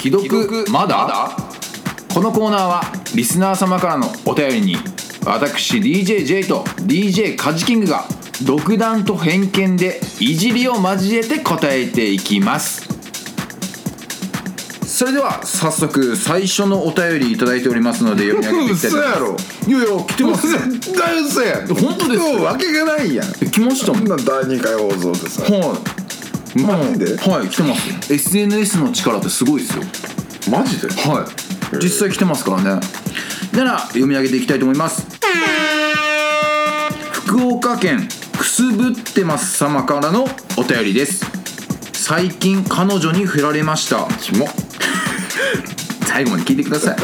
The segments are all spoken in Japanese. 既読まだこのコーナーはリスナー様からのお便りに私 DJJ と DJ カジキングが独断と偏見でいじりを交えて答えていきますそれでは早速最初のお便りいただいておりますので読み上げていきたいと嘘思い やますろいやいや来てます絶対嘘や本当ですよ今日わけがないやん え来ましたもこんんなん第2回放送でさはいマジではい来てますよ SNS の力ってすごいですよマジではい実際来てますからねなら読み上げていきたいと思います福岡県くすぶってます様からのお便りです最近彼女に振られましたキモ最後まで聞いてください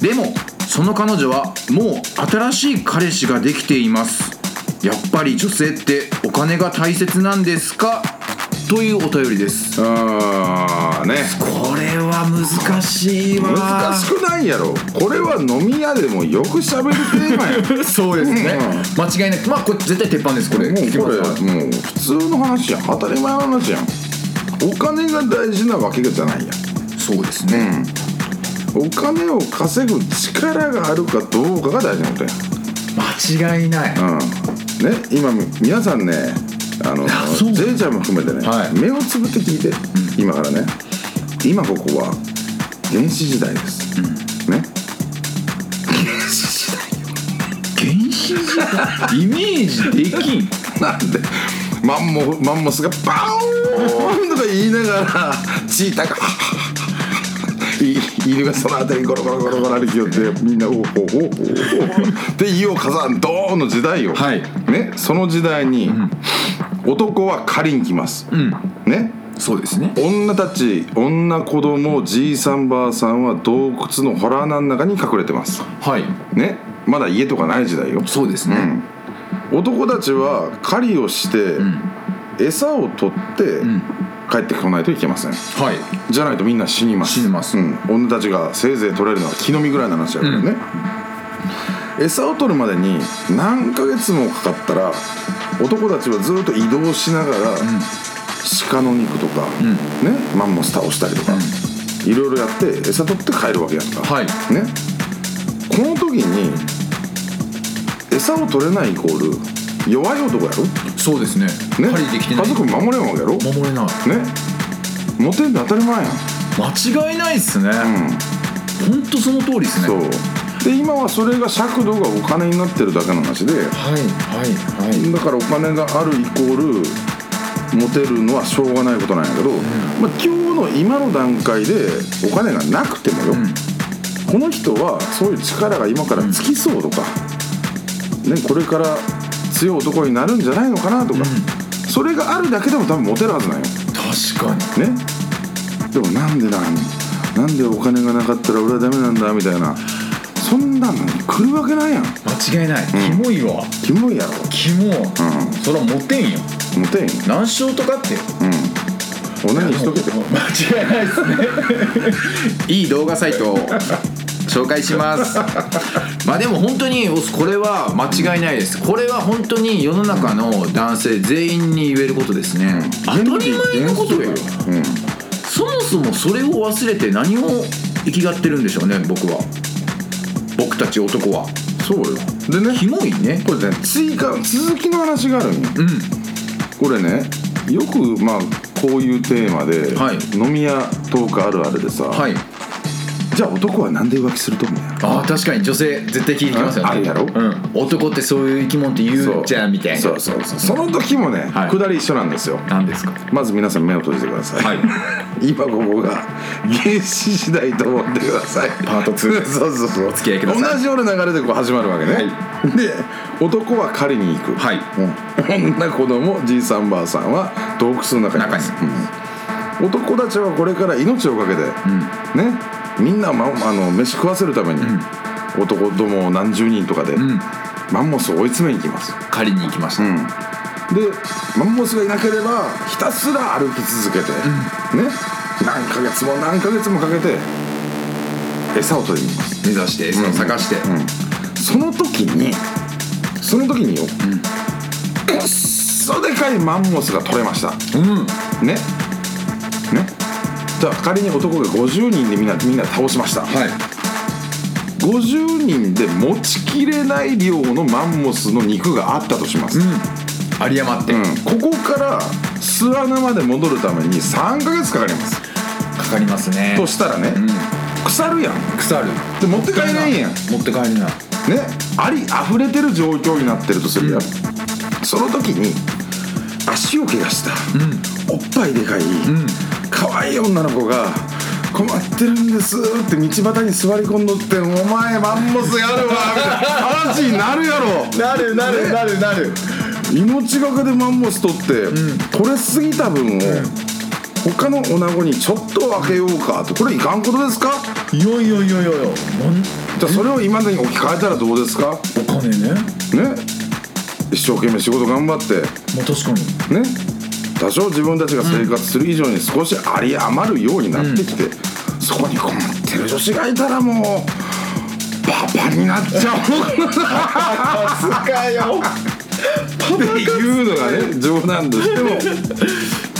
でもその彼女はもう新しい彼氏ができていますやっぱり女性ってお金が大切なんですかというお便りですあーねこれは難しいわ難しくないやろこれは飲み屋でもよく喋るテー マやそうですね、間違いないまあこれ絶対鉄板ですこれも聞きうこますれわもう普通の話やん当たり前の話やんお金が大事なわけじゃないやんそうですね、お金を稼ぐ力があるかどうかが大事なことや間違いない、うんね今皆さんねあのあそう J ちゃんも含めてね、はい目をつぶって聞いて、今からね今ここは原始時代です、ね原始時代イメージできんなんでマンモマンモスがバオーンとか言いながらチーターがい犬がその辺りにゴロゴロゴロゴロ歩きよってみんな「おおおおおお」って家を飾るドーンの時代よ、はいね、その時代に、男は狩りに来ます、んねそうですね女たち女子供じいさんばあさんは洞窟の洞穴の中に隠れてますはいねまだ家とかない時代よそうですね、男たちは狩りをして、餌を取って、帰ってこないといけませんはいじゃないとみんな死にます死にますうん、女たちがせいぜい取れるのは木の実ぐらいの話だからね、餌を取るまでに何ヶ月もかかったら男たちはずっと移動しながら、鹿の肉とか、ね、マンモス倒したりとか、いろいろやって餌取って帰るわけやんか、はいね、この時に餌を取れないイコール弱い男やろ、そうですねね、狩りできてない家族守れんわけやろ、ね、守れないモテんの当たり前やん間違いないっすね、ほんとその通りですねそうで今はそれが尺度がお金になってるだけの話ではいはいはいだからお金があるイコールモテるのはしょうがないことなんやけど、まあ、今日の今の段階でお金がなくてもよ、この人はそういう力が今からつきそうとか、ね、これから強い男になるんじゃないのかなとか、それがあるだけでも多分モテるはずなんよ。確かにねでもなんでなんなんでお金がなかったら俺はダメなんだみたいなそんなの来るわけないやん間違いない、キモいわキモいやろキモ、それはモテんよモテんよ難勝とかっておねにしとけて間違いないですね いい動画サイトを紹介し ますまあでも本当にこれは間違いないですこれは本当に世の中の男性全員に言えることですね当たり前のことようんそもそもそれを忘れて何を生きがってるんでしょうね僕は僕たち男はそうよでねキモいねこれね追加続きの話があるんようんこれねよくまあこういうテーマで、はい飲み屋トークあるあるでさ、はいじゃあ男はなんで浮気すると思うやあー確かに女性絶対聞いてきますよねあるやろうん、男ってそういう生き物って言うじゃんみたいなそうそうそうその時もね、はい下り一緒なんですよなんですかまず皆さん目を閉じてください、はい 今ここが原始時代と思ってくださいパート2 そうそうそうお付き合いください同じような流れでこう始まるわけね、で男は狩りに行く、はいうん女子供じいさんばあさんは洞窟の中にいます中うん男たちはこれから命をかけて、ねみんな、ま、あの飯食わせるために、男どもを何十人とかで、んマンモスを追い詰めに行きます借りに行きました、うんでマンモスがいなければひたすら歩き続けて、ね何ヶ月も何ヶ月もかけて餌を取りに行きます目指してそを探して、その時にその時によ、くっそでかいマンモスが取れましたうんねねじゃあ仮に男が50人でみんなみんな倒しました、はい50人で持ちきれない量のマンモスの肉があったとします、有り余って、うんここから巣穴まで戻るために3ヶ月かかります、かかりますねとしたらね、腐るやん腐るで持って帰れないやんね持って帰れないあり溢れてる状況になってるとするやん、その時に足を怪我した、おっぱいでかい、可愛い女の子が困ってるんですって道端に座り込んどって「お前マンモスやるわ」みたいな話になるやろなるなるなるなる命がけでマンモス取って、取れすぎた分を他の女子にちょっと分けようかとこれいかんことですかいやいやいやいやいやじゃあそれを今までに置き換えたらどうですかお金ねね一生懸命仕事頑張ってまあ確かにね多少自分たちが生活する以上に少し有り余るようになってきて、そこに困ってる女子がいたらもうパパになっちゃおうかなすかよっていうのが ね冗談としても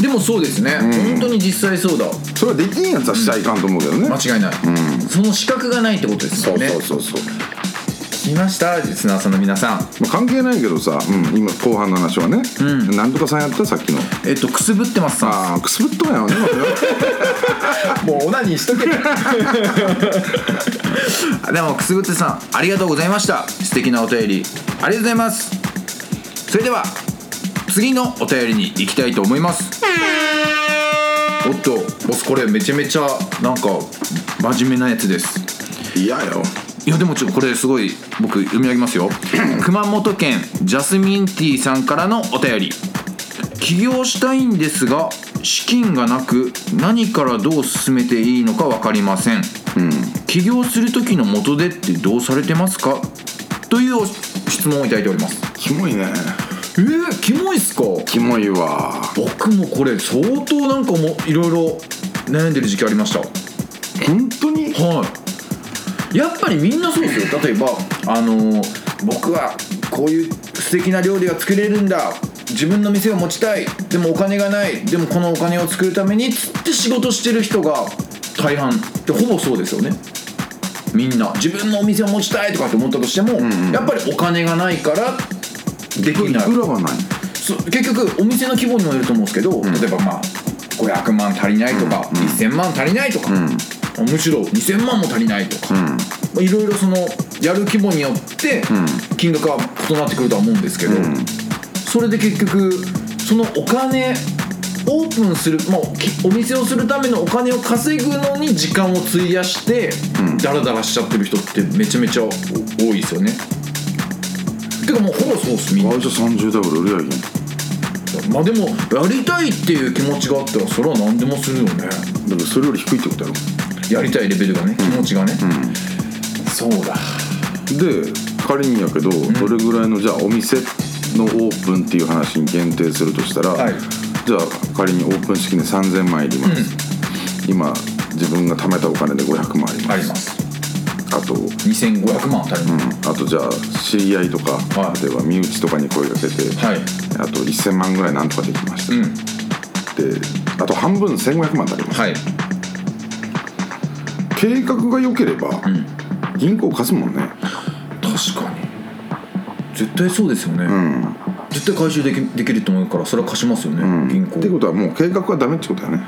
でもそうですね、本当に実際そうだそれはできんやつはしちゃいかんと思うけどね、間違いない、その資格がないってことですそようねそうそうそう、聞きましたリスナーさんの皆さんまあ、関係ないけどさ、うん、今後半の話はね、なんとかさんやったさっきのえっとくすぶってますさああくすぶっとんやろね んもうオナニーし とけでもくすぶってさんありがとうございました素敵なお便りありがとうございますそれでは次のお便りに行きたいと思いますおっとボスこれめちゃめちゃなんか真面目なやつです嫌よいやでもちょっとこれすごい僕読み上げます よ熊本県ジャスミンティーさんからのお便り起業したいんですが資金がなく何からどう進めていいのか分かりません、起業する時の元手ってどうされてますかというお質問をいただいておりますキモいねえー、キモいっすかキモいわ僕もこれ相当なんかもいろいろ悩んでる時期ありました本当にはいやっぱりみんなそうですよ例えばあのー僕はこういう素敵な料理が作れるんだ自分の店を持ちたいでもお金がないでもこのお金を作るためにつって仕事してる人が大半ってほぼそうですよねみんな自分のお店を持ちたいとかって思ったとしても、やっぱりお金がないからできいくないらはないそう結局お店の規模にもよると思うんですけど、例えばまあ500万足りないとか、1000万足りないとか、むしろ2000万も足りないとか、まあいろいろそのやる規模によって金額は異なってくるとは思うんですけど、それで結局そのお金オープンする、まあ、きお店をするためのお金を稼ぐのに時間を費やしてダラダラしちゃってる人ってめちゃめちゃ多いですよね。てかもうほぼそうっすみんなあいつ30代ぐらい売り上げまあでもやりたいっていう気持ちがあったらそれは何でもするよねだからそれより低いってことやろやりたいレベルがね気持ちがね、そうだで仮にやけど、どれぐらいのじゃあお店のオープンっていう話に限定するとしたら、はいじゃあ仮にオープン資金で3000万いります、今自分が貯めたお金で500万ありますありますあと、うん、 2500万足ります、あとじゃあ知り合いとか、はい例えば身内とかに声かけて、はいあと1000万ぐらいなんとかできました、うんであと半分1500万足ります、はい計画が良ければ、銀行貸すもんね確かに絶対そうですよね、うん、絶対回収できできると思うからそれは貸しますよね、うん、銀行ってことはもう計画はダメってことだよね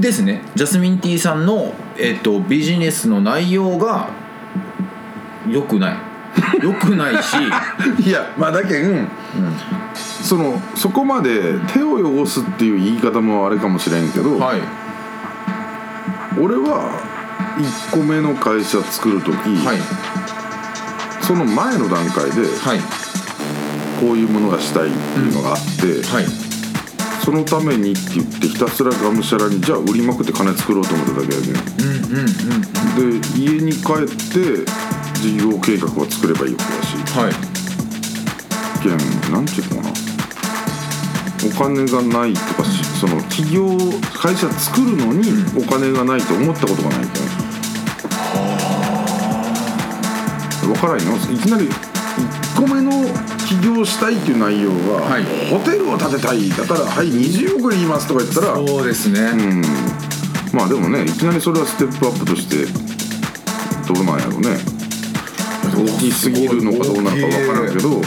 ですねジャスミンティーさんの、えっとビジネスの内容が良くない良くない しいやまあだけん、そのそこまで手を汚すっていう言い方もあれかもしれんけど、はい俺は1個目の会社作る時、はいその前の段階ではいこういうものがしたいっていうのがあって、はいそのためにって言ってひたすらがむしゃらにじゃあ売りまくって金作ろうと思っただけやけうんうんうんんで家に帰って事業計画を作ればいいわけだしはいけんなんていうのかなお金がないとかしその企業会社作るのにお金がないと思ったことがないけど分からんよいきなり1個目の起業したいっていう内容が、はいホテルを建てたいだったら「はい20億円言います」とか言ったらそうですね、うんまあでもねいきなりそれはステップアップとしてどうなんやろうね大きすぎるのかどうなのか分からんけど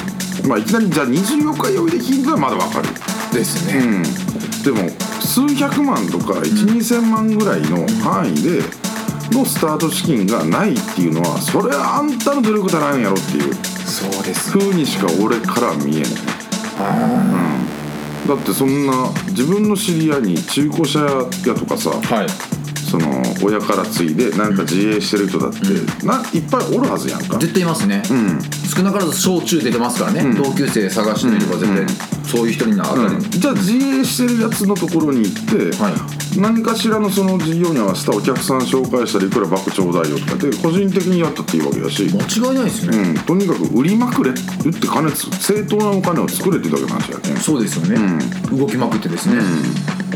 まあいきなりじゃあ24日用意できんのはまだ分かるですね、うんでも数百万とか12000万ぐらいの範囲でのスタート資金がないっていうのはそれはあんたの努力じゃないんやろっていうそうです風にしか俺からは見えない、うん、だってそんな自分の知り合いに中古車屋とかさはいその親から継いでなんか自営してる人だって、ないっぱいおるはずやんか絶対いますね、うん少なからず小中出てますからね、ん同級生探してみれば絶対、うんそういう人にな当たり、うんじゃあ自営してるやつのところに行って、はい何かしらのその事業に合わせたお客さん紹介したりいくらバックちょうだいよとかで個人的にやったっていうわけだし、間違いないですね、うん、とにかく売りまくれ売って金つ正当なお金を作れってだけの話やけんそうですよね、動きまくってですね、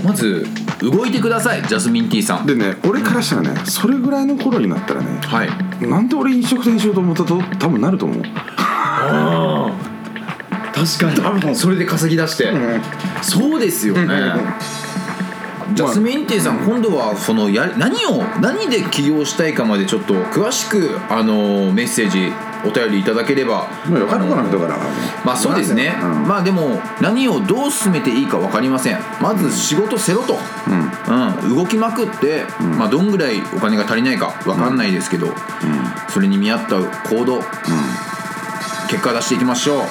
まず動いてくださいジャスミンティーさんでね俺からしたらねそれぐらいの頃になったらねはいなんで俺飲食店しようと思ったと多分なると思う確かにそれで稼ぎ出して、そうですよね、ジャスミンティーさん、今度はそのや何を何で起業したいかまでちょっと詳しくあのメッセージお便りいただければもうよかったかなだからまあそうですね、うんまあでも何をどう進めていいか分かりませんまず仕事せろと、うん動きまくって、まあ、どんぐらいお金が足りないか分かんないですけど、それに見合った行動、結果出していきましょう